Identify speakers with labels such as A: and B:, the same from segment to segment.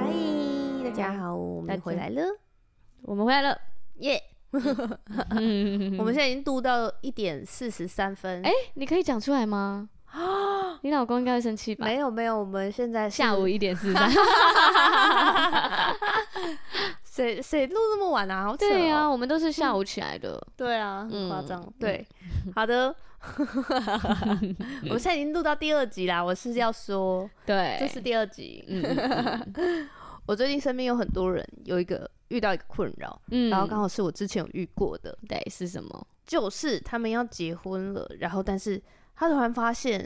A: 嗨，大家好，我
B: 大
A: 们
B: 家
A: 回来了。
B: 我们回来了，
A: 耶、
B: 嗯，
A: 我们现在已经度到一点四十三分。
B: 哎、你可以讲出 来吗？你老公应该会生气吧？
A: 没哦有没有，我们现在是
B: 下午，一点四十三。
A: 谁谁录那么晚啊？好扯、哦。
B: 对呀、啊，我们都是下午起来的。
A: 对啊，很夸张。
B: 嗯
A: 对，好的， 我们现在已经录到第二集啦。我是要说，
B: 对，
A: 这是第二集。
B: 嗯 嗯
A: 我最近身边有很多人有一个遇到一个困扰，
B: 嗯，
A: 然后刚
B: 好
A: 好是我之前有遇过的，
B: 对是什么？
A: 就是他们要结婚了，然后但是他突然发现，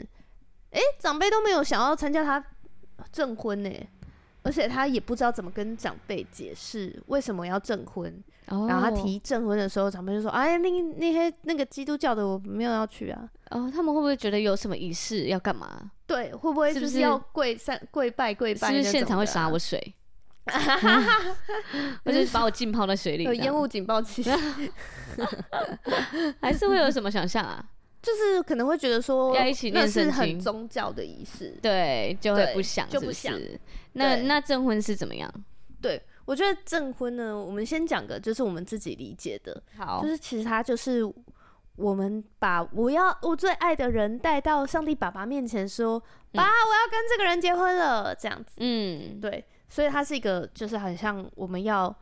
A: 诶，长辈都没有想要参加他证婚呢、而且他也不知道怎么跟长辈解释为什么要证婚。
B: 哦
A: 然后他提证婚的时候，长辈就说：“哎，那那些那个基督教的我没有要去 啊。
B: 哦，他们会不会觉得有什么仪式要干嘛？”
A: 对，会不会
B: 是
A: 就
B: 不
A: 是
B: 是
A: 要跪三跪拜跪
B: 是
A: 拜、
B: 不
A: 那
B: 是现
A: 种
B: 场会
A: 的
B: 洒
A: 啊
B: 我？水？我就是把我浸泡在水里
A: 有
B: 这样，
A: 烟雾警报器，
B: 还是会有什么想 象啊？
A: 就是可能会觉得说
B: 要一起
A: 那
B: 念
A: 是
B: 圣
A: 很
B: 经
A: 宗教的仪式。
B: 对，就会
A: 对
B: 不想，
A: 就是不
B: 是
A: 想
B: 那
A: 对
B: 那证婚是怎么样？
A: 对，我觉得证婚呢，我们先讲个就是我们自己理解的，
B: 好
A: 就是其实它就是我们把我要我最爱的人带到上帝爸爸面前说，
B: 嗯
A: 爸，我要跟这个人结婚了，这样子。
B: 嗯，
A: 对，所以它是一个就是很像我们要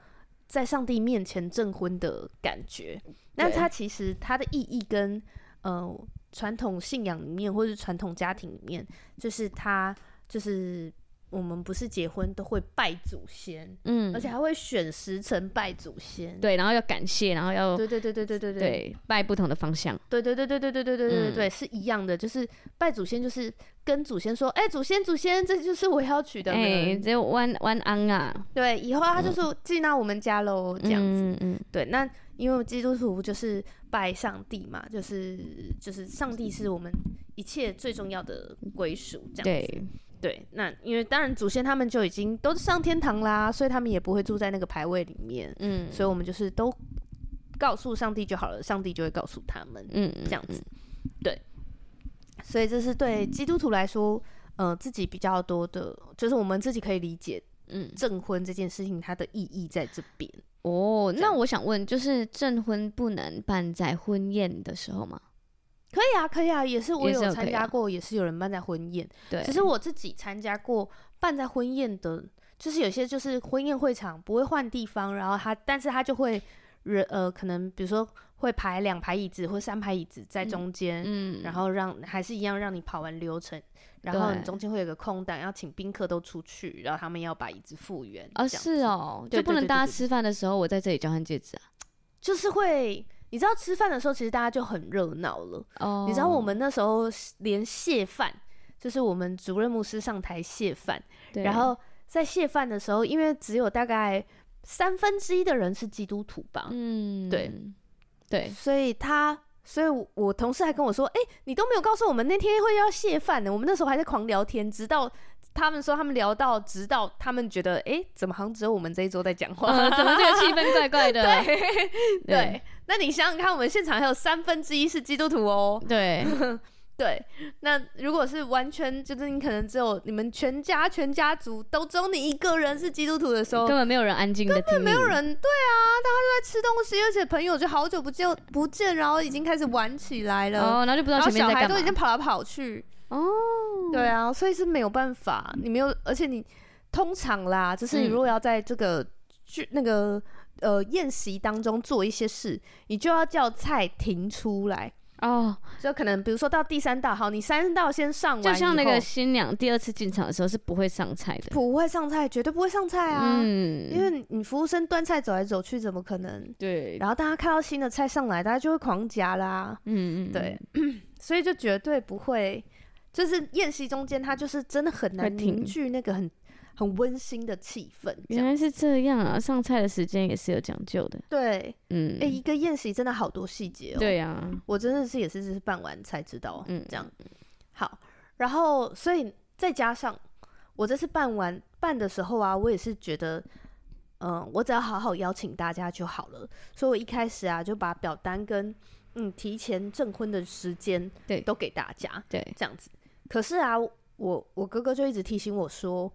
A: 在上帝面前证婚的感觉。那
B: 对
A: 它其实它的意义跟呃传统信仰里面或是传统家庭里面，就是它就是我们不是结婚都会拜祖先，
B: 嗯
A: 而且还会选时辰拜祖先。
B: 对，然后要感谢，然后要
A: 对对对对对对对
B: 对拜不同的方向，
A: 对对对对对对对对对
B: 嗯
A: 对，是一样的，就是拜祖先，就是跟祖先说，哎，祖先祖先，这就是我要娶的
B: 哎，
A: 人，
B: 只有弯弯安啊，
A: 对，以后他就是进到我们家喽，这样子。
B: 嗯嗯，
A: 对，那因为基督徒就是拜上帝嘛，就是就是上帝是我们一切最重要的归属，这样子。
B: 对，
A: 对，那因为当然祖先他们就已经都上天堂啦，所以他们也不会住在那个牌位里面，
B: 嗯
A: 所以我们就是都告诉上帝就好了，上帝就会告诉他们
B: 嗯
A: 这样子。对，所以这是对基督徒来说，呃，自己比较多的，就是我们自己可以理解
B: 嗯，
A: 证婚这件事情它的意义在这边。
B: 哦，那我想问，就是证婚不能办在婚宴的时候吗？
A: 可以啊，可以啊，也是我
B: 也是
A: 有
B: 有可
A: 参
B: 以
A: 加
B: 啊
A: 过，也是有人办在婚宴。
B: 对，
A: 只是我自己参加过办在婚宴的，就是有些就是婚宴会场不会换地方，然后他但是他就会人呃，可能比如说会排两排椅子或三排椅子在中间，
B: 嗯，
A: 然后让还是一样让你跑完流程，然后你
B: 对
A: 中间会有个空档，要请宾客都出去，然后他们要把椅子复原。
B: 哦
A: 这样
B: 是哦，
A: 对对
B: 就不能
A: 对
B: 大家
A: 对对
B: 吃饭的时候我在这里交换戒指啊？
A: 就是会。你知道吃饭的时候，其实大家就很热闹了。
B: 哦，
A: 你知道我们那时候连谢饭，就是我们主任牧师上台谢饭，
B: 哦对，
A: 然后在谢饭的时候，因为只有大概三分之一的人是基督徒吧，
B: 嗯，
A: 对
B: 对，
A: 所以他。所以我，我同事还跟我说：“哎、你都没有告诉我们那天会要谢饭呢。”我们那时候还在狂聊天，直到他们说他们聊到，直到他们觉得：“哎、怎么好像只有我们这一桌在讲话？”
B: 呃，怎么这个气氛怪怪的？对
A: 对，那你想想看，我们现场还有三分之一是基督徒哦。
B: 对，
A: 对，那如果是完全就是你可能只有你们全家全家族都只有你一个人是基督徒的时候，
B: 根本没有人安静的听，
A: 哦没有，人对啊，大家都在吃东西，而且朋友就好久不见不见，然后已经开始玩起来了，
B: 哦，然后就不知道
A: 然后
B: 前面
A: 小
B: 在
A: 孩
B: 干嘛
A: 都已经跑来跑去，
B: 哦，
A: 对啊，所以是没有办法，你没有，而且你通常啦，就是你
B: 嗯
A: 如果要在这个去、那个呃宴席当中做一些事，你就要叫菜停出来，
B: 哦，
A: 就可能比如说到第三道，好，你三道先上完以后，
B: 就像那个新娘第二次进场的时候是不会上菜的，
A: 不会上菜，绝对不会上菜啊，
B: 嗯，
A: 因为你你服务生端菜走来走去，怎么可能？
B: 对，
A: 然后大家看到新的菜上来，大家就会狂夹啦，
B: 嗯嗯，
A: 对，所以就绝对不会，就是宴席中间，它就是真的很
B: 会
A: 难
B: 停
A: 凝聚那个很很温馨的气氛。这
B: 原
A: 样
B: 来是这样啊！上菜的时间也是有讲究的。
A: 对，
B: 嗯，
A: 哎、一个宴席真的好多细节哦。
B: 对啊，
A: 我真的是也是就是办完才知道，
B: 嗯
A: 这样好。然后所以再加上我这次办完办的时候啊，我也是觉得，嗯，我只要好好邀请大家就好了。所以我一开始啊就把表单跟嗯提前证婚的时间
B: 对
A: 都给大家
B: 对，
A: 这样子。可是啊，我我哥哥就一直提醒我说。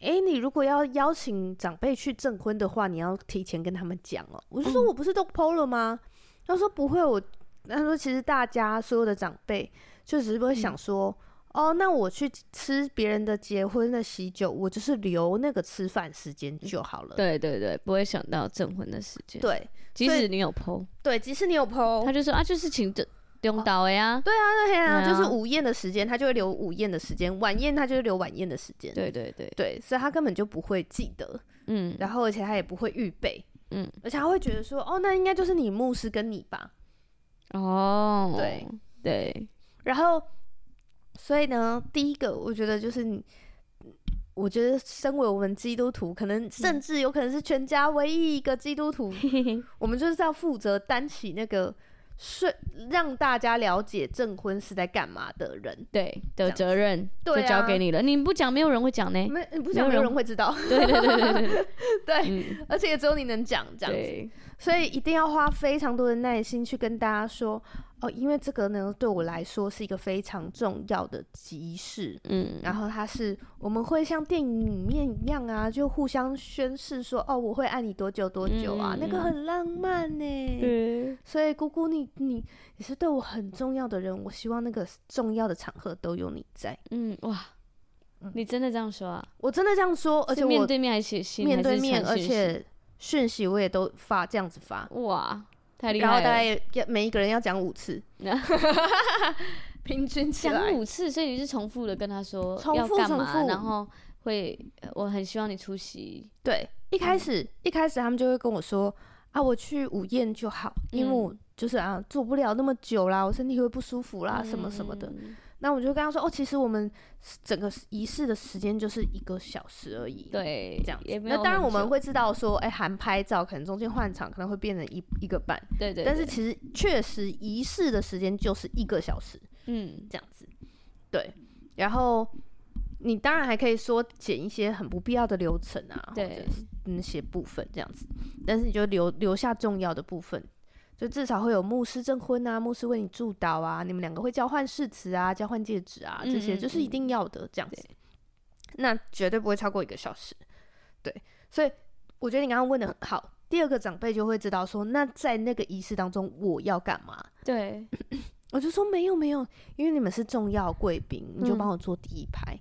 A: 诶，你如果要邀请长辈去证婚的话，你要提前跟他们讲哦。我就说
B: 嗯
A: 我不是都 PO 了吗？他说不会，我他说其实大家所有的长辈就只是会想说，
B: 嗯
A: 哦，那我去吃别人的结婚的喜酒，我就是留那个吃饭时间就好了。
B: 对对对，不会想到证婚的时间。，
A: 对
B: 即
A: 所以
B: 使你有剖，
A: 对，即使你有 PO，
B: 他就说啊，就是请这用到呀。
A: 对啊，对啊，
B: 对啊
A: 就是午宴的时间，他就会留午宴的时间；晚宴他就会留晚宴的时间。
B: 对对对，
A: 对，所以他根本就不会记得，
B: 嗯，
A: 然后而且他也不会预备，
B: 嗯，
A: 而且他会觉得说，哦，那应该就是你牧师跟你吧，
B: 哦，
A: 对
B: 对，
A: 然后，所以呢，第一个我觉得就是你，我觉得身为我们基督徒，可
B: 嗯
A: 能甚至有可能是全家唯一一个基督 徒，我们就是要负责担起那个说让大家了解证婚是在干嘛的人。
B: 对
A: 这
B: 的
A: 样子
B: 责任就
A: 对啊
B: 交给你了，你不讲没有人会讲 呢。
A: 没，不
B: 哎没有
A: 讲没有
B: 人
A: 人会知道，
B: 对对对对对对，
A: 对，
B: 嗯，
A: 而且也只有你能讲这样子。
B: 对，
A: 所以一定要花非常多的耐心去跟大家说哦，因为这个呢对我来说是一个非常重要的集市，
B: 嗯，
A: 然后他是我们会像电影里面一样啊，就互相宣誓说哦，我会爱你多久多久啊，
B: 嗯
A: 那个
B: 嗯
A: 很浪漫呢。
B: 对，
A: 所以姑姑你，你你是对我很重要的人，我希望那个重要的场合都有你在。
B: 嗯，哇，你真的这样说啊？
A: 我真的这样说，嗯而
B: 是
A: 且我
B: 面对面还是写信，
A: 面
B: 还
A: 对
B: 是
A: 面，
B: 传
A: 而
B: 讯息
A: 且讯息我也都发这样子发，
B: 哇，太厉
A: 然后
B: 害
A: 大概
B: 了！
A: 也要每一个人要讲五次， 平均起
B: 讲
A: 来。
B: 五次，所以你是重复的跟他说
A: 重
B: 要
A: 复
B: 干
A: 重
B: 嘛，
A: 复
B: 然后会，呃我很希望你出席。
A: 对，一
B: 嗯
A: 开始、一开始他们就会跟我说啊，我去午宴就好，因为
B: 嗯
A: 我就是啊做不了那么久啦，我身体会不舒服啦，啊什么什么的。
B: 嗯
A: 那我就跟他说哦，其实我们整个仪式的时间就是一个小时而已。。
B: 对，
A: 这样
B: 也
A: 子，
B: 没有
A: 那当然我
B: 很
A: 们
B: 久，
A: 会知道说，哎、含拍照可能中间换场可能会变成一一个半，
B: 对对，
A: 但是
B: 对
A: 其实确实仪式的时间就是一个小时。
B: 嗯，
A: 这样子。对，然后你当然还可以说减一些很不必要的流程啊，或者
B: 对，
A: 是那些部分这样子，但是你就留留下重要的部分。就至少会有牧师证婚啊，牧师为你祝祷啊，你们两个会交换誓词啊，交换戒指啊，这些
B: 嗯嗯
A: 就是一定要的这样子。那绝对不会超过一个小时，对。所以我觉得你刚刚问的很好。第二个长辈就会知道说，那在那个仪式当中我要干嘛？
B: 对，
A: 我就说没有没有，因为你们是重要贵宾，你就
B: 嗯
A: 帮我坐第一排，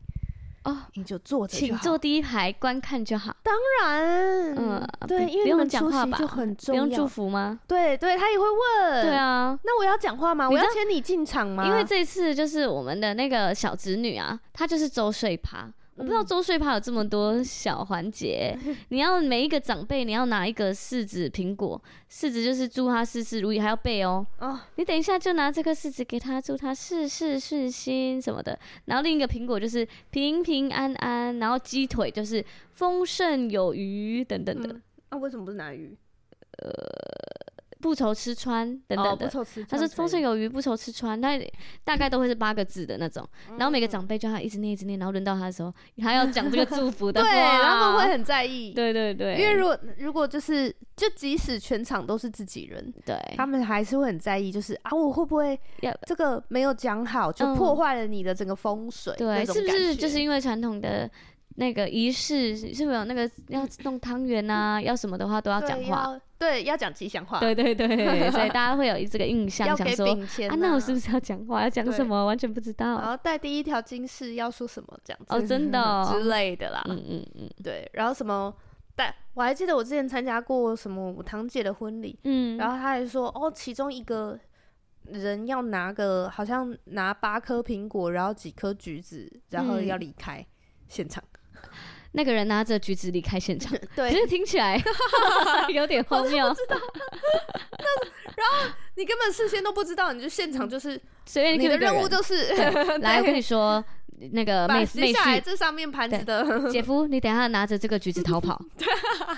B: 哦，
A: 你就坐着就
B: 请
A: 好
B: 坐，第一排观看就好，
A: 当然，
B: 嗯
A: 对，
B: 不
A: 因为
B: 不
A: 你
B: 用
A: 们
B: 讲
A: 出
B: 话
A: 席
B: 吧
A: 就很
B: 不
A: 重要，呃
B: 用祝福吗？
A: 对对，他也会问，
B: 对，啊，
A: 那我要讲话吗？
B: 你
A: 我
B: 知
A: 要
B: 道
A: 签你进场吗？
B: 因为这次就是我们的那个小侄女啊，她就是周岁趴。我不知道
A: 嗯
B: 周岁趴有这么多小 环节，你要每一个长辈，你要拿一个柿子苹果，柿子就是祝他事事如意，还要背哦。
A: 哦，
B: 你等一下就拿这个柿子给他，祝他事事顺心什么的。然后另一个苹果就是平平安安，然后鸡腿就是丰盛有余等等的，
A: 嗯那为什么不是拿鱼？
B: 不愁吃穿等等
A: 哦
B: 的
A: 不。愁吃穿
B: 他
A: 可以，
B: 说丰盛有余，不愁吃穿，那大概都会是八个字的那种。
A: 嗯
B: 然后每个长辈叫他一直念，一直念，然后轮到他的时候，他要讲这个祝福的
A: 对，
B: 话，
A: 他们会很在意，，
B: 对对对，
A: 因为如果如果就是就即使全场都是自己人，
B: 对
A: 他们还是会很在意，就是啊，我会不会
B: 要
A: 这个没有讲好，就
B: 嗯
A: 破坏了你的整个风水？
B: 对，
A: 那种
B: 是不是
A: 感觉
B: 就是因为传统的那个仪式，是不是有那个要弄汤圆啊，要什么的话都要
A: 对
B: 讲话，
A: 要嗯对，要讲吉祥话，
B: 对 对对，所以大家会有这个印象，
A: 要
B: 想
A: 给
B: 说
A: 饼钱
B: 啊，那我是不是要讲话？要讲
A: 对哦
B: 什么？完全不知
A: 然
B: 道。
A: 后带第一条金饰要说什么这样子
B: 哦，真的哦，
A: 之类的啦，
B: 嗯嗯嗯
A: 对，然后什么带，我还记得我之前参加过什么我堂姐的婚礼，
B: 嗯，
A: 然后她还说哦，其中一个。人要拿个好像拿八颗苹果，然后几颗橘子，然后
B: 嗯
A: 要离开现场。
B: 那个人拿着橘子离开现场，
A: 对
B: 呃其，实听起来 有点荒谬，
A: 你 根本事先都不知道，你就现场就是
B: 随便
A: 你
B: Q
A: 的
B: 一个
A: 任务
B: 人。
A: 就是
B: 来，我跟你说，那个
A: 把
B: 妹
A: 接
B: 妹
A: 下来
B: 婿
A: 这上面盘子
B: 对
A: 的，
B: 姐夫，你等一下拿着这个橘子 逃跑。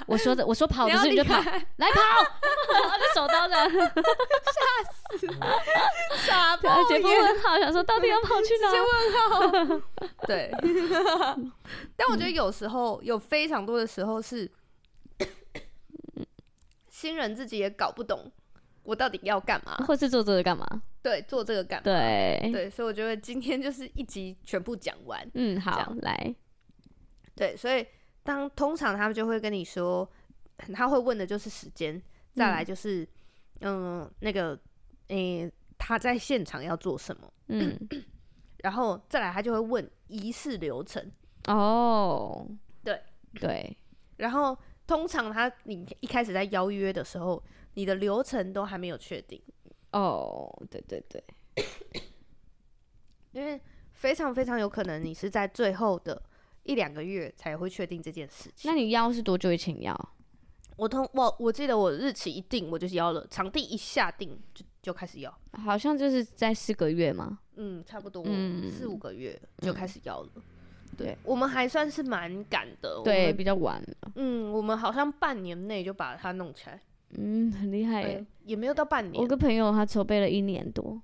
B: 我说的，我说跑
A: 你
B: 的
A: 要
B: 时候你
A: 离
B: 就跑，
A: 开，
B: 来跑，我就手刀的。
A: 傻
B: 然
A: 爆
B: 后姐夫
A: 眼
B: 问号，想说到底要跑去哪？
A: 对，但我觉得有时候有非常多的时候是新人自己也搞不懂我到底要干嘛，
B: 或是做这个干嘛？
A: 对，做这个干嘛？
B: 嗯对，
A: 对，所以我觉得今天就是一集全部讲完。
B: 嗯，
A: 这
B: 好
A: 样，
B: 来，
A: 对，所以当通常他们就会跟你说，他会问的就是时间，再来就是嗯那个诶、他在现场要做什么，
B: 嗯，
A: 然后再来他就会问仪式流程，
B: 哦，
A: 对
B: 对，
A: 然后通常他你一开始在邀约的时候，你的流程都还没有确定，
B: 哦，对对对，
A: 因为非常非常有可能你是在最后的一两个月才会确定这件事情。
B: 那你腰是多久以前腰？
A: 我通我我记得我日期一定我就是邀了，场地一下定就就开始邀，
B: 好像就是在四个月吗？
A: 嗯，差不多
B: 嗯
A: 四五个月就开始邀了。对
B: 对
A: 我们还算是蛮赶的，我
B: 对，
A: 们，
B: 比较晚了。
A: 嗯，我们好像半年内就把它弄起来，
B: 嗯，很厉害耶
A: 嗯。也没有到半
B: 我有
A: 年。
B: 个朋友他筹备了一年多，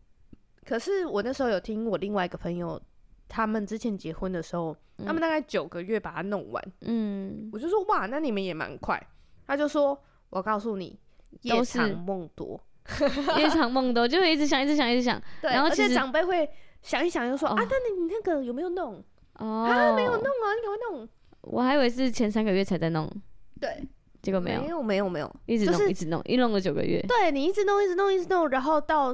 A: 可是我那时候有听我另外一个朋友，他们之前结婚的时候，
B: 嗯
A: 他们大概九个月把它弄完。
B: 嗯，
A: 我就说哇，那你们也蛮快。他就说，我告诉你，夜
B: 都是
A: 长梦多，
B: 夜长梦多，就会一直想，一直想，一直想。
A: 对，
B: 然后
A: 而
B: 其
A: 且
B: 实
A: 长辈会想一想，就说、
B: 哦
A: 啊，那你你那个有没有弄？
B: 哦，
A: 啊，没有弄啊，你赶快弄。
B: 我还以为是前三个月才在弄，
A: 对，
B: 结果没
A: 没
B: 有，
A: 有没有没有，
B: 一直
A: 就
B: 弄，
A: 是
B: 一直弄，一弄了九个月。
A: 对你一直弄一直弄一直弄，然后到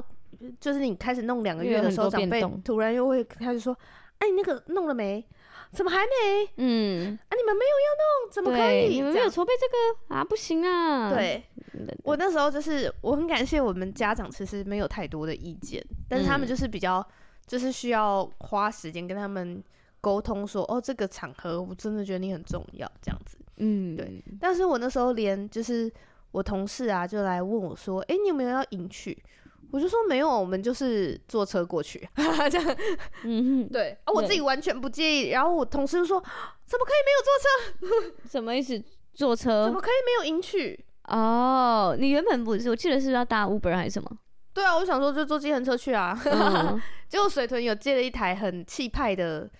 A: 就是你开始弄两个
B: 又
A: 月
B: 有
A: 的
B: 很
A: 时候，
B: 多
A: 长
B: 变
A: 辈
B: 动
A: 突然又会他就说，哎、你那个弄了没？怎么还没？
B: 嗯，
A: 啊，你们没有要弄，怎么可
B: 对，
A: 以？
B: 你们
A: 这
B: 没有
A: 样
B: 筹备这个啊？不行啊。，
A: 对，
B: 等等
A: 我那时候就是我很感谢我们家长，其实没有太多的意见，但是他们
B: 嗯
A: 就是比较就是需要花时间跟他们沟通说，哦，这个场合我真的觉得你很重要这样子。
B: 嗯，
A: 对，但是我那时候连就是我同事啊，就来问我说，诶，你有没有要迎娶？我就说没有，我们就是坐车过去， 这样
B: 嗯哼，
A: 对啊，我自己完全不介意。然后我同事就说，怎么可以
B: 什么意思？坐
A: 没有？怎
B: 车
A: 么可以没有迎娶？
B: 哦，你原本不是，我记得是不是要搭 Uber 还是 什么？
A: 对啊，我想说就坐计程车去啊。
B: 嗯
A: 结果水豚有借了一台很气派的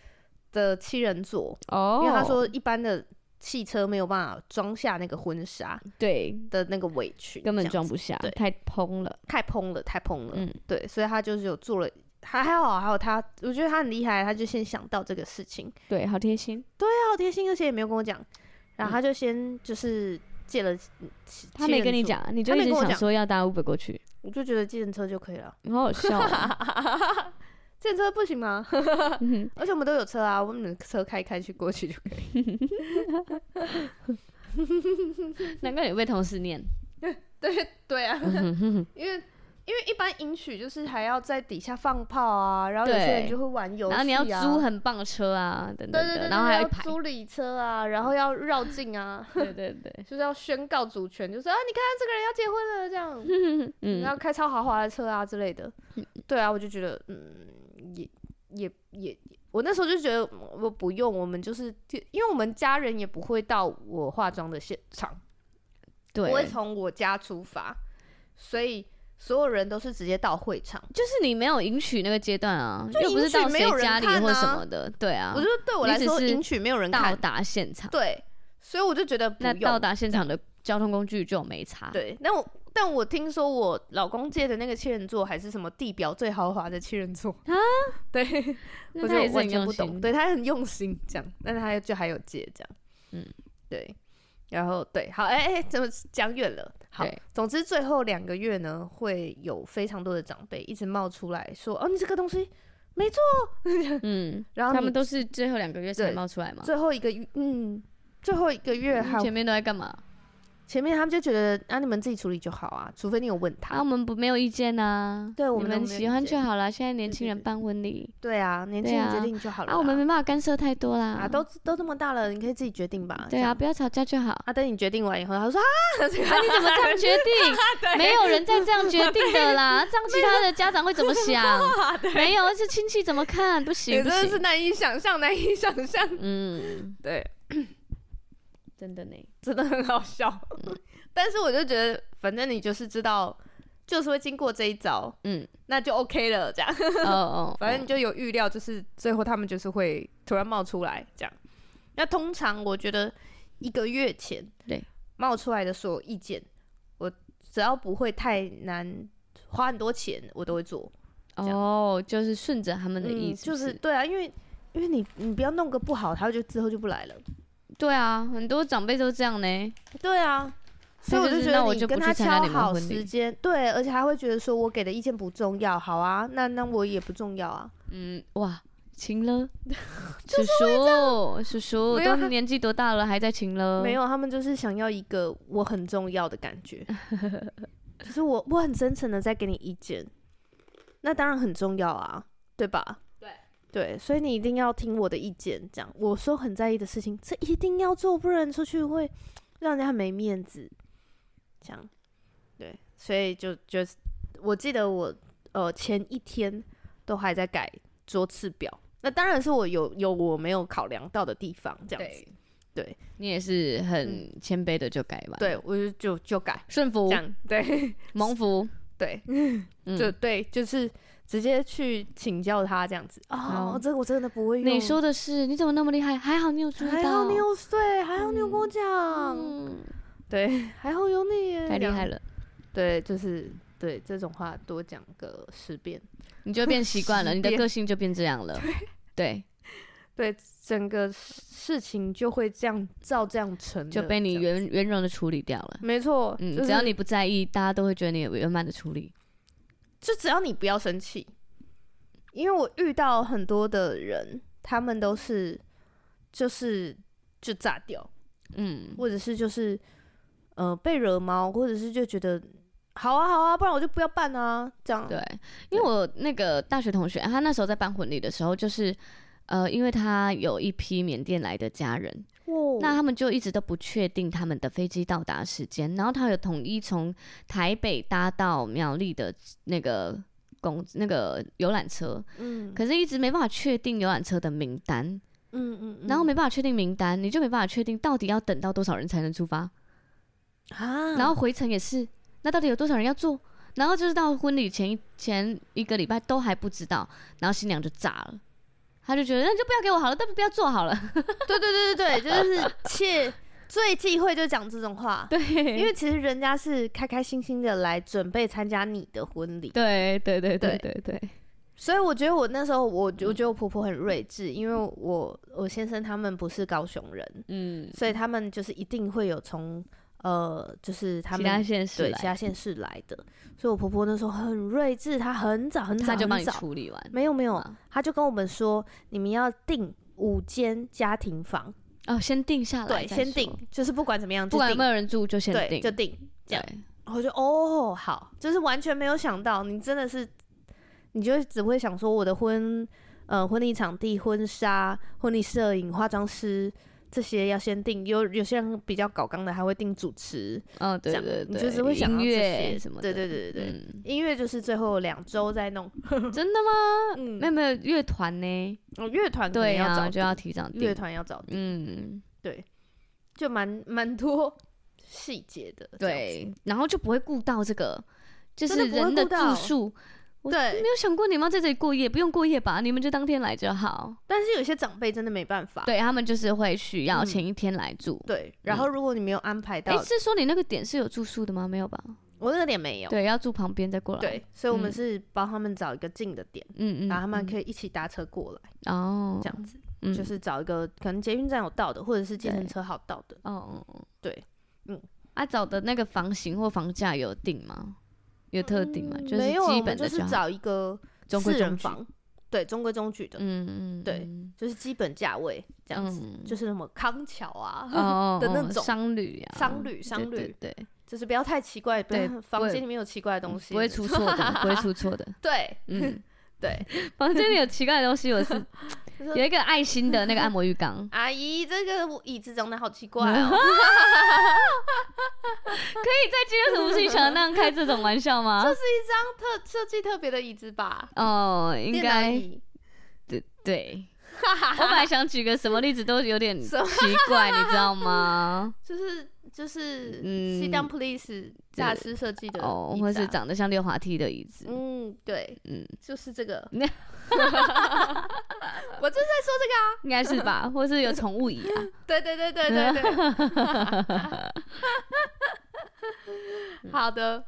A: 的七人座，
B: 哦，
A: 因为他说一般的汽车没有办法装下那个婚纱
B: 对，
A: 的那个围裙，
B: 根本
A: 这样
B: 装不下
A: 对，
B: 太蓬了。
A: 太蓬了，太蓬了。
B: 嗯
A: 对，所以他就是有做了，还还好，还有他，我觉得他很厉害，他就先想到这个事情，
B: 对，好贴心。
A: 他好贴心，而且也没有跟我讲，然后他就先就是借了七，七
B: 他没跟你，
A: 七人座
B: 讲，你就
A: 他
B: 一
A: 没
B: 直
A: 跟我
B: 想
A: 讲
B: 说要搭 Uber 过去，
A: 我就觉得计程车就可以了，
B: 好好笑 哦。
A: 计程车不行吗？
B: 嗯哼
A: 而且我们都有车啊，我们车开一开去过去就可以。
B: 难怪你被同事念。
A: 对对啊， 因为因为一般迎娶就是还要在底下放炮啊，然后有些人
B: 对
A: 就会玩游戏、啊，
B: 然后你要租很棒的车啊，等等
A: 对对
B: 的，
A: 对，
B: 然后还
A: 要
B: 要排，
A: 租礼车啊，然后要绕境啊，
B: 对对对，
A: 就是要宣告主权，就是啊，你看这个人要结婚了这样。然
B: 嗯，
A: 后开超豪华的车啊之类的。对啊，我就觉得，嗯，也也也，我那时候就觉得嗯我不用，我们就是因为我们家人也不会到我化妆的现场，我
B: 对，
A: 会从我家出发，所以所有人都是直接到会场。
B: 就是你没有迎娶那个阶段啊，
A: 就
B: 又不是
A: 迎娶
B: 到
A: 没
B: 谁
A: 有人
B: 家里
A: 看
B: 或
A: 啊
B: 什么的，对啊，
A: 我觉得对我来
B: 你只
A: 说，
B: 是
A: 迎娶没有人
B: 到
A: 看，
B: 达现场，
A: 对，所以我就觉得不
B: 那
A: 用。
B: 到达现场的交通工具就没差，
A: 对，那我但我听说我老公借的那个七人座还是什么地表最豪华的七人座
B: 啊，
A: 对，
B: 那
A: 我
B: 他也
A: 就是完
B: 很
A: 全
B: 用
A: 不懂，
B: 心，
A: 对他很用心这样，但他就还有借这样，
B: 嗯，
A: 对，然后对，好，哎、哎、怎么讲远了？好
B: 对，
A: 总之最后两个月呢，会有非常多的长辈一直冒出来说，哦，你这个东西没做，
B: 嗯，
A: 然后
B: 他
A: 你
B: 们都是最后两个月才
A: 对
B: 冒出来嘛，
A: 最后一个月，嗯，最后一个月还
B: 前面都在干嘛？
A: 前面他们就觉得啊，你们自己处理就好啊，除非你有问
B: 啊，
A: 他
B: 我。们不没有意见呐、
A: 对我们
B: 你
A: 都
B: 们
A: 没有
B: 喜
A: 意
B: 欢就
A: 见
B: 好啦。现在年
A: 对
B: 轻
A: 对
B: 人
A: 对
B: 办婚礼
A: 对啊，年轻人
B: 对
A: 决
B: 啊
A: 定就好了啦。
B: 啊，我们没办法干涉太多啦。
A: 啊，都都这么大了，你可以自己决定吧。
B: 对
A: 这
B: 啊，
A: 样
B: 不要吵架就好。
A: 啊，等你决定完以后，他说啊，
B: 啊，你怎 么这样决定？没有人再这样决定 的啦。这样其他的家长会怎么想？没有，这亲戚怎么看？不
A: 你
B: 行
A: 真
B: 不
A: 的是
B: 行，
A: 难以想象，难以想象。
B: 嗯，
A: 对，
B: 真的呢。
A: 真的很好笑。
B: 嗯
A: 但是我就觉得，反正你就是知道，就是会经过这一招，
B: 嗯，
A: 那就 OK 了，这样。
B: 哦哦，
A: 反正你就有预料，就是最后他们就是会突然冒出来这样。那通常我觉得一个月前
B: 对
A: 冒出来的所有意见，我只要不会太难，花很多钱，我都会做。
B: 哦，就是顺着他们的意思，
A: 就是是对啊，因为因为你你不要弄个不好，他就之后就不来了。
B: 对啊，很多长辈都这样呢。
A: 对啊，所以
B: 那
A: 我就
B: 就
A: 是觉
B: 那
A: 得
B: 我
A: 你
B: 就
A: 跟
B: 不
A: 他
B: 去参加
A: 敲
B: 你们
A: 好
B: 婚礼
A: 时间，对，而且他会觉得说我给的意见不重要，好啊，那那我也不重要啊。
B: 嗯，哇，亲了，叔叔，叔叔，
A: 没有
B: 都
A: 他
B: 年纪多大了还在亲了？
A: 没有，他们就是想要一个我很重要的感觉，就是我我很真诚的在给你意见，那当然很重要啊，对吧？
B: 对
A: 对，所以你一定要听我的意见，这样我说很在意的事情，这一定要做，不然出去会让人家很没面子。这样，对，所以就就是我记得我呃前一天都还在改桌次表，那当然是我有有我没有考量到的地方，这样子。，对嗯
B: 你也是很谦卑的就改吧。，
A: 对，我就就就改。
B: 顺服
A: 这、样对
B: 蒙服，
A: 对，
B: 嗯
A: 就哎对，就是直接去请教他这样子。
B: 好
A: 哦，这个我真的不会用。
B: 你说的是，你怎么那么厉害？还好你有注意
A: 还好
B: 到，
A: 你有对，还好你有跟我讲，
B: 嗯，
A: 对，还好有你耶，
B: 太厉害
A: 了。
B: 了，
A: 对，就是对这种话多讲个十遍，
B: 你就变习 惯了，你的个性就变这样了。对，
A: 对，整个事情就会这样照这样成了，
B: 就被你
A: 这样
B: 圆圆融的处理掉了。
A: 没错，
B: 嗯，
A: 就是
B: 只要你不在意，大家都会觉得你有圆满的处理。
A: 就只要你不要生气，因为我遇到很多的人，他们都是就是就炸掉，
B: 嗯，
A: 或者是就是呃被惹毛，或者是就觉得好啊好啊，不然我就不要办啊，这样
B: 对，因为我那个大学同学，他那时候在办婚礼的时候，就是呃，因为他有一批缅甸来的家人，
A: 哦
B: 那他们就一直都不确定他们的飞机到达时间，然后他有统一从台北搭到苗栗的那个公那个游览车，
A: 嗯
B: 可是一直没办法确定游览车的名单，
A: 嗯嗯嗯
B: 然后没办法确定名单，你就没办法确定到底要等到多少人才能出发，
A: 啊，
B: 然后回程也是，那到底有多少人要做？然后就是到婚礼前一前一个礼拜都还不知道，然后新娘就炸了，她就觉得那你就不要给我好了，都不要做好了，
A: 对对对对对，就是 切最忌讳就讲这种话，
B: 对，
A: 因为其实人家是开开心心的来准备参加你的婚礼，
B: 对对对对
A: 对
B: 对对，
A: 所以我觉得我那时候我我
B: 嗯
A: 觉得我婆婆很睿智，因为我我先生他们不是高雄人，
B: 嗯，
A: 所以他们就是一定会有从呃就是他
B: 其他
A: 们
B: 县市
A: 对
B: 来
A: 其他县市来的，所以我婆婆那时候很睿智，她很早很早
B: 他就帮
A: 很
B: 你
A: 早，
B: 处理完。
A: 没有没有
B: 啊，
A: 她就跟我们说你们要订五间家庭房，
B: 哦，先定下来
A: 对，
B: 再说，
A: 先订，就是不管怎么样就
B: 不管有没
A: 订，
B: 有人住就先
A: 对，
B: 定，
A: 就订这样。
B: 对
A: 然后我就哦好，就是完全没有想到，你真的是，你就只会想说我的婚呃婚礼场地、婚纱、婚礼摄影、化妆师这些要先定，有有些人比较搞刚的还会定主持，
B: 哦，对
A: 这样
B: 对
A: 你
B: 对，
A: 就是会想到
B: 音
A: 这
B: 乐
A: 些
B: 什么的，
A: 对对对对对，
B: 对，
A: 音乐就是最后两周再弄，
B: 真的吗？
A: 嗯
B: 没有没有乐团呢，
A: 哦乐团可能
B: 对
A: 要
B: 啊，
A: 找
B: 就要提早
A: 乐
B: 定，
A: 团要找定，
B: 嗯，
A: 就蛮蛮多 细节的，这样子
B: 对，然后就不会顾到这个，就
A: 真
B: 是
A: 的不会
B: 人的
A: 顾到
B: 住宿。我
A: 对
B: 没有想过你们要在这里过夜，不用过夜吧？你们就当天来就好。
A: 但是有些长辈真的没办法，
B: 对他们就是会需要前一天来住。
A: 对，然后如果你没有安排到
B: 哎，，嗯是说你那个点是有住宿的吗？没有吧？
A: 我那个点没有。
B: 对，要住旁边再过来。
A: 对，所以我们
B: 嗯
A: 是帮他们找一个近的点，
B: 嗯，嗯嗯，
A: 然后他们可以一起搭车过来，
B: 哦，
A: 这样子、
B: 嗯
A: 就是找一个可能捷运站有到的，或者是计
B: 对
A: 程车好到的。
B: 哦哦哦，
A: 对，嗯，
B: 啊，找的那个房型或房价有定吗？有特定吗？
A: 嗯
B: 就是
A: 没有啊，
B: 基
A: 我
B: 本
A: 们
B: 的
A: 就是
B: 好
A: 找一个
B: 中规
A: 四人
B: 中矩。
A: 房，对，中规中矩的，
B: 嗯嗯，
A: 对
B: 嗯
A: 就是基本价位这样子，
B: 嗯
A: 就是什么康桥啊，
B: 哦
A: 的那
B: 哦
A: 种
B: 商旅啊，
A: 商旅
B: 对
A: 商
B: 对
A: 旅
B: 对，
A: 就是不要太奇怪，不
B: 对
A: 要房
B: 不会嗯
A: 间里面有奇怪的东西，
B: 不会出错 的，不会出错的，
A: 对
B: 嗯，
A: 对，
B: 房间里有奇怪的东西， 我是
A: 就说
B: 有一个爱心的那个按摩浴缸，
A: 阿姨，这个椅子长得好奇怪 哦。
B: 可以在《今天什么事情想的那样开这种玩 笑吗？
A: 特设计特别的椅子吧，
B: 哦，应
A: 电脑
B: 该
A: 椅。
B: 对 对。我本来想举个什么例子都有点奇
A: 什么
B: 怪，你知 道吗？
A: 就是就是
B: 嗯
A: 西当 police 大师设计的
B: 哦，
A: 椅
B: 或
A: 子啊
B: 是长得像溜滑梯的椅子，
A: 嗯，对，
B: 嗯，
A: 就是这 个。
B: 那
A: 我就是在说这个
B: 应该是吧？或是有宠物椅啊？
A: 啊，对对对对对对。 好的，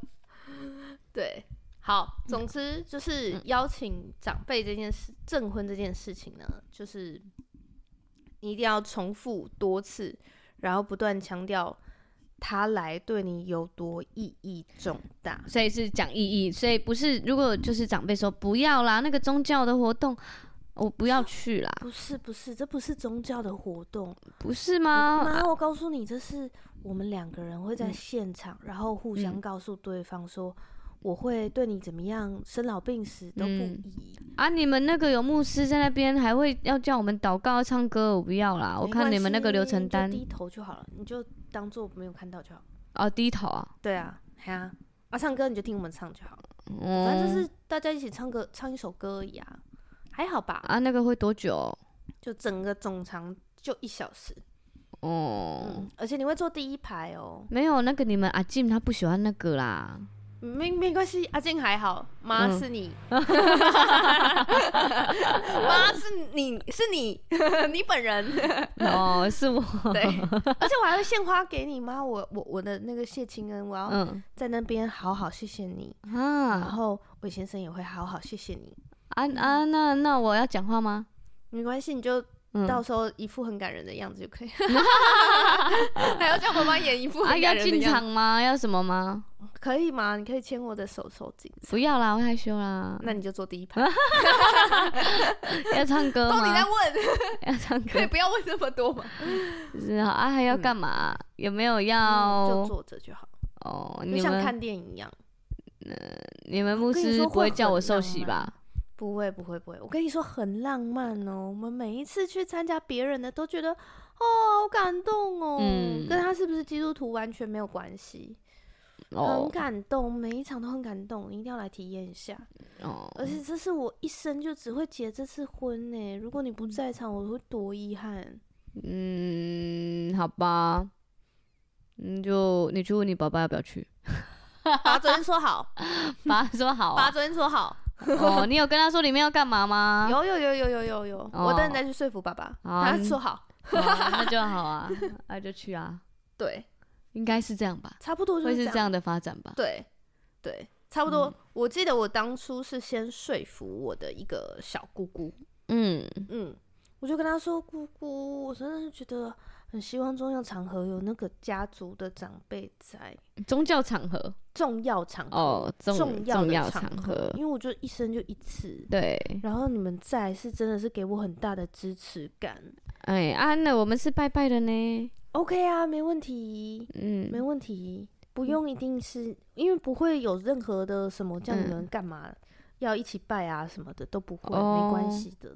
A: 对，好，总之就是邀请长辈这件事，证婚这件事情呢，就是你一定要重复多次，然后不断强调他来对你有多意义重大。
B: 所以是讲意义，所以不是如果就是长辈说不要啦，那个宗教的活动我不要去啦，
A: 不是不是，这不是宗教的活动。
B: 不是
A: 我
B: 吗？
A: 妈，我告诉你，这是我们两个人会
B: 嗯
A: 在现场，然后互相告诉对方说，我会对你怎么样，生老病死都不
B: 嗯
A: 疑。
B: 啊，你们那个有牧师在那边还会要叫我们祷告、唱歌，我不要啦。我
A: 没
B: 看
A: 关
B: 你们那个
A: 系
B: 流
A: 你
B: 程
A: 就
B: 单
A: 低头就好了，你就当做没有看到就好。
B: 哦，低头啊，
A: 对啊，哎呀、啊，唱歌你就听我们唱就好了，
B: 嗯、
A: 反正就是大家一起唱歌，唱一首歌而已啊，还好吧？
B: 啊，那个会多久？
A: 就整个总长就一小时，
B: 哦、
A: 嗯，而且你会坐第一排哦，
B: 没有，那个你们阿静她不喜欢那 个啦。
A: 没没关系，阿静还好，妈
B: 嗯
A: 是 你，妈是你是你 你本 人，
B: 哦，是我，
A: 对，而且我还会献花给你妈，我我我的那个谢亲恩，我要
B: 嗯
A: 在那边好好谢谢你，然
B: 啊
A: 后魏先生也会好好谢谢你，
B: 啊啊，那那我要讲话吗？
A: 没关系，你就
B: 嗯，
A: 到时候一副很感人的样子就 可以， 还要叫妈妈演一副
B: 啊
A: 很
B: 要
A: 感人的
B: 进
A: 样
B: 场
A: 子，
B: 吗？要什么吗？
A: 可以吗？你可以牵我的手手紧，
B: 不要啦，我害羞啦。
A: 那你就坐第 一排，
B: 要唱歌
A: 都你在
B: 吗？
A: 问，
B: 要唱
A: 可以
B: 歌
A: 不要问这么多吗？
B: 是啊，啊还要干嘛？有没有要？
A: 嗯就坐着就好。
B: 哦，
A: 就
B: 你
A: 像
B: 们
A: 看电影一样。
B: 你们牧
A: 跟你
B: 师
A: 说
B: 不
A: 会
B: 会叫
A: 很
B: 我受
A: 浪
B: 洗
A: 漫
B: 吧？
A: 不会不会不会，我跟你说很浪漫哦。我们每一次去参加别人的，都觉得哦好感动哦，
B: 嗯
A: 跟他是不是基督徒完全没有关系，很
B: 哦
A: 感动，每一场都很感动，你一定要来体验一下。而
B: 哦，
A: 且这是我一生就只会结这次婚呢，如果你不在场，我会多遗 憾。
B: 嗯，好吧，嗯，就你去问你爸爸要不要 去。
A: 爸昨天说好，
B: 爸说好
A: 爸
B: 啊，
A: 昨天说好，
B: 哦，你有跟他说里面要干嘛吗？
A: 有有有有有有有，我等
B: 哦
A: 你再去说服爸爸，
B: 好
A: 他
B: 嗯
A: 说啊好，
B: 哦那就好啊， 那就去啊，
A: 对，
B: 应该是这样吧，
A: 差不多就
B: 会
A: 是这
B: 是
A: 样
B: 这。样的发展吧。
A: 对，对，差不多。
B: 嗯
A: 我记得我当初是先说服我的一个小姑姑，
B: 嗯，
A: 嗯，我就跟她说：“姑姑，我真的是觉得很希望重要场合有那个家族的长辈在，
B: 宗教场合
A: 重要场合，
B: 哦，重
A: 重要的
B: 要
A: 场
B: 场合
A: 因，为我就一生就一次。”
B: 对，
A: 然后你们在是真的是给我很大的支持感
B: 哎，安、那我们是拜拜的呢，
A: ，OK 啊，没问题，没
B: 嗯，
A: 问题，不用一定是因为不会有任何的什么叫你们干嘛、要一起拜啊什么的都不会，
B: 嗯哦
A: 没关系的，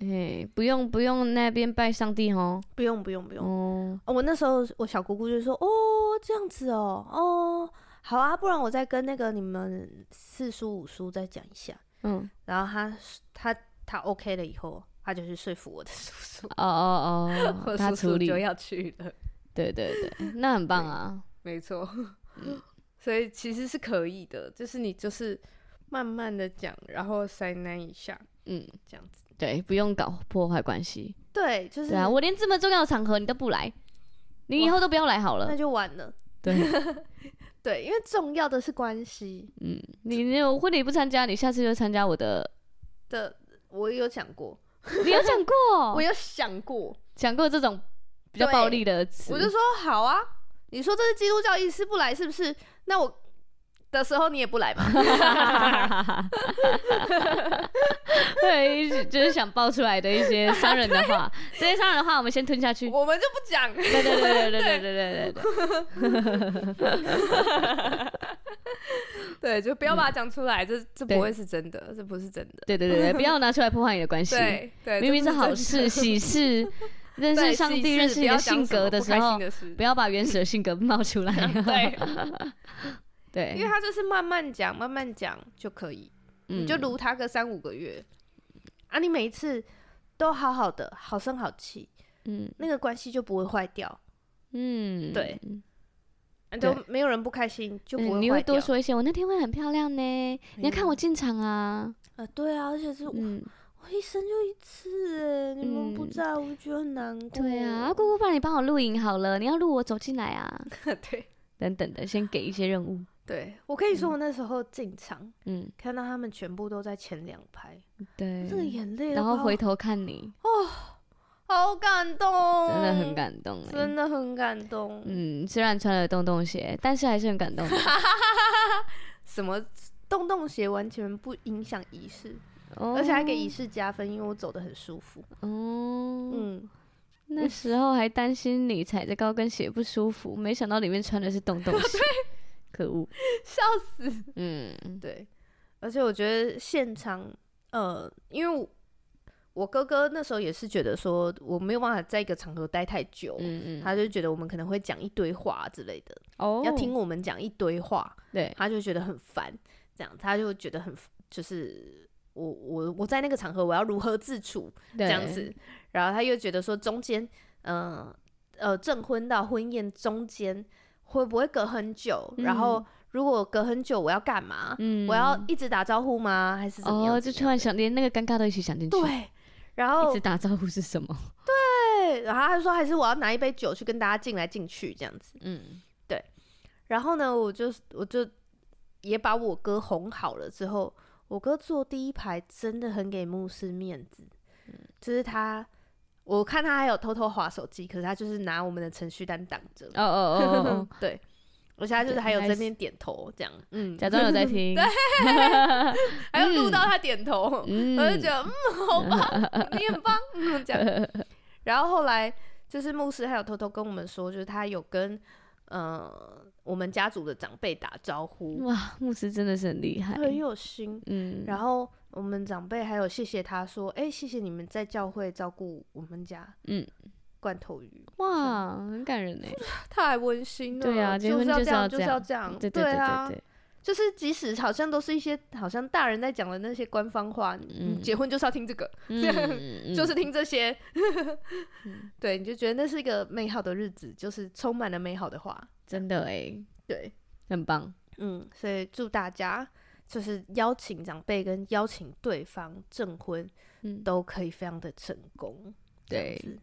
B: 哎，不用不用那边拜上帝哦，
A: 不用不用不用、
B: 哦，
A: 哦我那时候我小姑姑就说哦这样子哦哦好啊，不然我再跟那个你们四叔五叔再讲一下，
B: 嗯，
A: 然后他他他 OK 了以后，他就去说服我的叔叔，
B: 哦哦
A: 我
B: 哦，他
A: 叔
B: 处
A: 叔
B: 理
A: 就，要去了，
B: 对对对，那很棒啊，
A: 没错，嗯 所以其实是可以的，就是你就是慢慢的讲，然后塞奶一下。
B: 嗯，
A: 这样子。
B: 对，不用搞破坏关系，
A: 对，就是
B: 对啊，我连这么重要的场合你都不来，你以后都不要来好
A: 那
B: 了，
A: 就完了。
B: 对。
A: 对，因为重要的是关系
B: 嗯，你你有婚礼不参加，你下次就参加我的。
A: 的，我有讲过，
B: 你有讲
A: 我
B: 过，
A: 有想过，
B: 讲过这种比较暴力的词。
A: 我就说好啊，你说这是基督教意思不来是不是？那我的时候你也不来嘛？
B: 会有一些就是想爆出来的一些伤人的话，这些伤人的话我们先吞下去。
A: 我们就不讲。
B: 对对对对对对对对对
A: 对，就不要把它
B: 嗯
A: 讲出来，这这不会是真的，这不是真 的。
B: 对对对对，不要拿出来破坏你的关系。
A: 对对，
B: 明明
A: 这
B: 是
A: 不真
B: 好
A: 的
B: 事、喜事，认
A: 对
B: 识上
A: 喜
B: 帝、
A: 事
B: 认识
A: 不
B: 你
A: 要
B: 的
A: 讲
B: 性
A: 什
B: 格
A: 么
B: 的
A: 不
B: 时
A: 开心
B: 候，
A: 的事
B: 不要把原始的性格冒出来。
A: 对，因为
B: 对，
A: 他就是慢慢讲，慢慢讲就可以，
B: 嗯
A: 你就撸他个三五个月。啊，你每一次都好好的，好声好气，
B: 嗯
A: 那个关系就不会坏掉，
B: 嗯，
A: 对啊
B: 对
A: 都没有人不开心，就不
B: 嗯，
A: 会
B: 你
A: 坏
B: 会
A: 掉
B: 多。说一些。我那天会很漂亮呢，你要看我进场啊。
A: 呃，对啊，而且是我
B: 嗯，
A: 我一生就一次，哎，你们不
B: 嗯
A: 在，我觉得很难过。
B: 对啊，啊姑姑，不然你帮我录影好了，你要录我走进来啊，
A: 对
B: 等等的，先给一些任务。
A: 对，我可以说我那时候进场
B: 嗯，
A: 看到他们全部都在前两排，
B: 对
A: 这。个眼泪都
B: 然后
A: 把我
B: 回头看你，
A: 哦好感动，
B: 真的很，感动哎、
A: 哦真的很感动。
B: 嗯，虽然穿了洞洞鞋，但是还是很感动的。
A: 什么洞洞鞋完全不影响仪式，
B: 哦
A: 而且还给仪式加分，因为我走得很舒服。
B: 哦，
A: 嗯，
B: 那时候还担心你踩着高跟鞋不舒服，没想到里面穿的是洞洞 鞋，可恶。
A: 笑死。
B: 嗯，
A: 对，而且我觉得现场，呃，因为我我哥哥那时候也是觉得说我没有办法在一个场合待太久，
B: 嗯嗯，
A: 他就觉得我们可能会讲一堆话之类的，
B: 哦
A: 要听我们讲一堆话，
B: 对，
A: 他就觉得很烦，这样他就觉得很就是我我我在那个场合我要如何自处
B: 这
A: 这样，子，然后他又觉得说中间，嗯呃证婚到婚宴中间会不会隔很久？然后如果隔很久，我要干嘛？
B: 嗯
A: 我要一直打招呼吗？还是怎么样？
B: 哦，就
A: 怎么
B: 突
A: 样
B: 然想连那个尴尬都一起想进去，
A: 对，哦然
B: 一
A: 后
B: 直打招呼是什么？
A: 对，然后他就说还是我要拿一杯酒去跟大家进来进去这样子。
B: 嗯
A: 然后呢，我就我就也把我哥哄好了之后，我哥坐第一排真的很给牧师面子，就是他，我看他还有偷偷划手机，可是他就是拿我们的程序单挡着，
B: 哦哦哦哦
A: 对，而且他就是还有
B: 还
A: 这
B: 是
A: 边点头这样，嗯
B: 哦，，假装有在听，对，
A: 还有录到他点头，
B: 嗯，
A: 我就觉得嗯，好 棒，你很棒，嗯，这样。然后后来就是牧师还有偷偷跟我们说，就是他有跟呃我们家族的长辈打招呼，
B: 哇，牧师真的是很厉害，
A: 很有心。
B: 嗯，
A: 然后我们长辈还有谢谢他说，哎、谢谢你们在教会照顾我们家，
B: 嗯，
A: 罐头鱼，
B: 哇，很感人哎，
A: 太温馨了。
B: 对啊结
A: 就
B: 婚
A: 是要
B: 就是
A: 这
B: 要
A: 样，就是
B: 这
A: 要
B: 样
A: 这样，
B: 对对对
A: 啊
B: 对，对，
A: 就是即使好像都是一些好像大人在讲的那些官方话，你
B: 嗯
A: 结婚就是要听这个，这样
B: 嗯，
A: 就是听这些， 对，你就觉得那是一个美好的日子，就是充满了美好的话。
B: 真的哎，
A: 对，
B: 很棒，
A: 嗯，所以祝大家就是邀请长辈跟邀请对方证婚
B: 嗯，
A: 都可以非常的成功。这样
B: 对
A: 子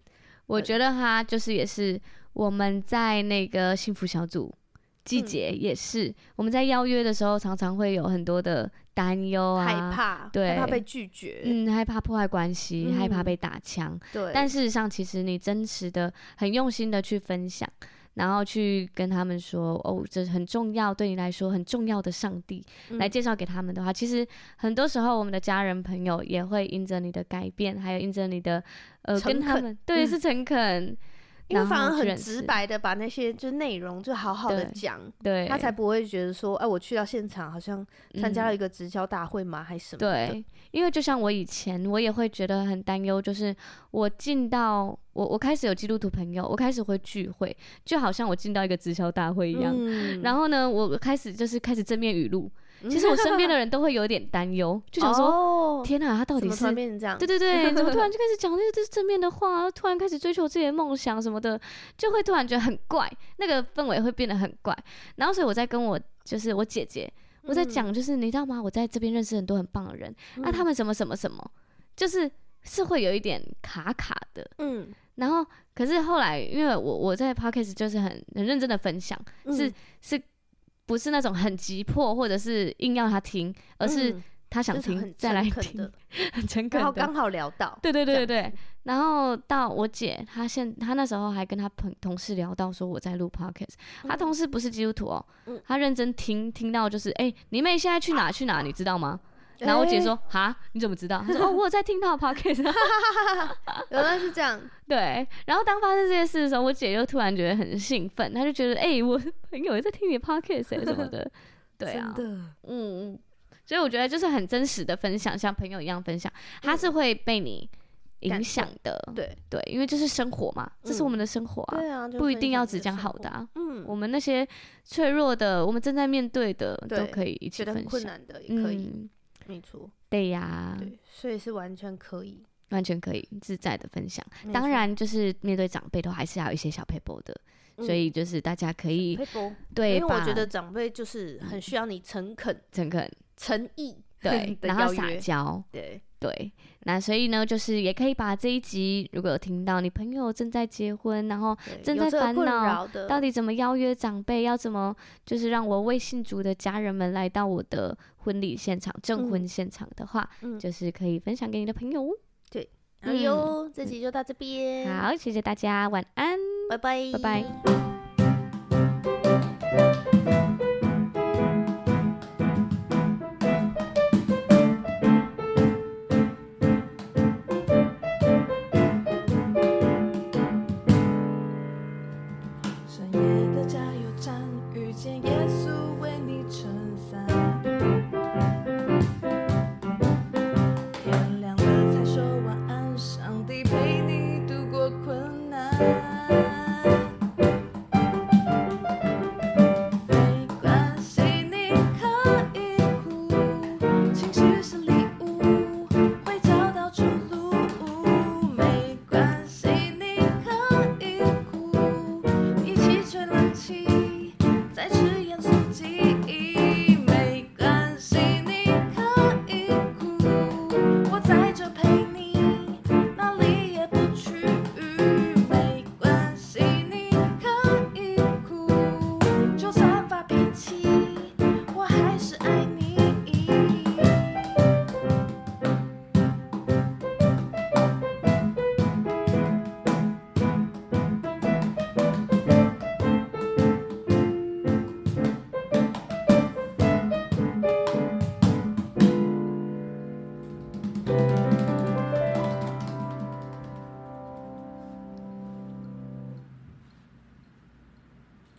B: 我
A: 对
B: 觉得他就是也是我们在那个幸福小组季
A: 嗯
B: 节也是、我们在邀约的时候，常常会有很多的担忧啊，
A: 害，怕，害怕
B: 对
A: 被拒绝，
B: 嗯，害怕破坏关系，害怕
A: 嗯
B: 被打枪。
A: 对，
B: 但事实上，其实你真实的、很用心的去分享，然后去跟他们说，哦，这很重要，对你来说很重要的上帝、
A: 嗯
B: 来介绍给他们的话，其实很多时候我们的家人朋友也会因着你的改变，还有因着你的呃
A: 诚
B: 跟他
A: 恳
B: 们对
A: 嗯
B: 是诚恳，
A: 因为
B: 然
A: 反而
B: 后去
A: 很
B: 认
A: 直
B: 识
A: 白的把那些就内容就好好的
B: 对
A: 讲，
B: 对，
A: 他才不会觉得说，哎、我去到现场好像参加了
B: 嗯
A: 一个直销大会嘛，还是什么的？
B: 对，因为就像我以前，我也会觉得很担忧，就是我进到我我开始有基督徒朋友，我开始会聚会，就好像我进到一个直销大会一样。
A: 嗯
B: 然后呢，我开始就是开始正面语录，其实我身边的人都会有点担 忧，就想说，
A: 哦、
B: 天啊哪，他到
A: 怎
B: 底
A: 么
B: 是
A: 突然变成这样？
B: 对对对，怎么突然就开始讲这些正面的话，突然开始追求自己的梦想什么的，就会突然觉得很怪，那个氛围会变得很怪。然后所以我在跟我就是我姐姐，
A: 嗯
B: 我在讲就是、你知道吗？我在这边认识很多很棒的人，那、他们什么什么什么，就是是会有一点卡卡的。
A: 嗯，
B: 然后可是后来因为我我在 podcast 就是很很认真的分享，
A: 嗯
B: 是不是那种很急迫或者是硬要他听，而是
A: 嗯
B: 他想
A: 就是
B: 听
A: 很
B: 再来
A: 诚恳
B: 听
A: 的，，
B: 很诚恳
A: 然后
B: 的。
A: 刚好聊到，
B: 对对对对
A: 这样
B: 对，然后到我姐，她现她那时候还跟她朋同事聊到说我在录 podcast，、她同事不是基督徒哦，
A: 嗯
B: 她认真听听到就是哎、你妹现在去哪去哪，你知道吗？
A: 哎
B: 然后我姐说哈，你怎么知道？她说哦，我有在听她的 podcast，
A: 哎，原来是这样，
B: 对。然后当发生这些事的时候，我姐就突然觉得很兴奋，她就觉得哎、我朋友也在听你的 podcast、欸、什么的，对啊，
A: 的，
B: 嗯，所以我觉得就是很真实的分享，像朋友一样分享，
A: 嗯
B: 他是会被你影响的。
A: 对
B: 对，因为这是生活嘛，这是我们的生活啊，
A: 嗯对啊，就
B: 不一
A: 分
B: 定
A: 享
B: 要
A: 自己
B: 只
A: 的
B: 讲
A: 生
B: 好
A: 活
B: 的、，啊。我
A: 嗯，
B: 们那些脆弱的，我们正在面对的，都
A: 对
B: 可以一起
A: 觉得很
B: 分
A: 困
B: 享。
A: 难的也可以，
B: 嗯，
A: 没错，
B: 对呀，
A: 对，所以是完全可以，
B: 完全可以自在的分享。
A: 没
B: 当
A: 错
B: 然，就是面对长辈都还是要有一些小 paper 的，所
A: 嗯
B: 以就是大家可以
A: 佩服
B: 对
A: 因为我
B: 把
A: 觉得长辈就是很需要你诚恳、
B: 诚恳
A: 诚意
B: 对，
A: 的
B: 然后
A: 邀
B: 撒
A: 约，
B: 娇，
A: 对，
B: 对，那所以呢，就是也可以把这一集，如果有听到你朋友正在结婚，然后
A: 对
B: 正
A: 有
B: 在
A: 这个
B: 烦
A: 困
B: 恼
A: 扰的，
B: 到底怎么邀约长辈，要怎么就是让我未信主的家人们来到我的婚礼现场、证婚现场的话，
A: 嗯
B: 就是可以分享给你的朋友哦。
A: 好哟，哎这集就到这边，，
B: 嗯好，谢谢大家，晚安。
A: 拜拜，
B: 拜拜。
C: 深夜的加油站，遇见耶稣为你撑伞。天亮了才说晚安，上帝陪你度过困难。没关系，你可以哭，情绪是礼物，会找到出路。没关系，你可以哭。一起吹冷气，再吃盐酥鸡。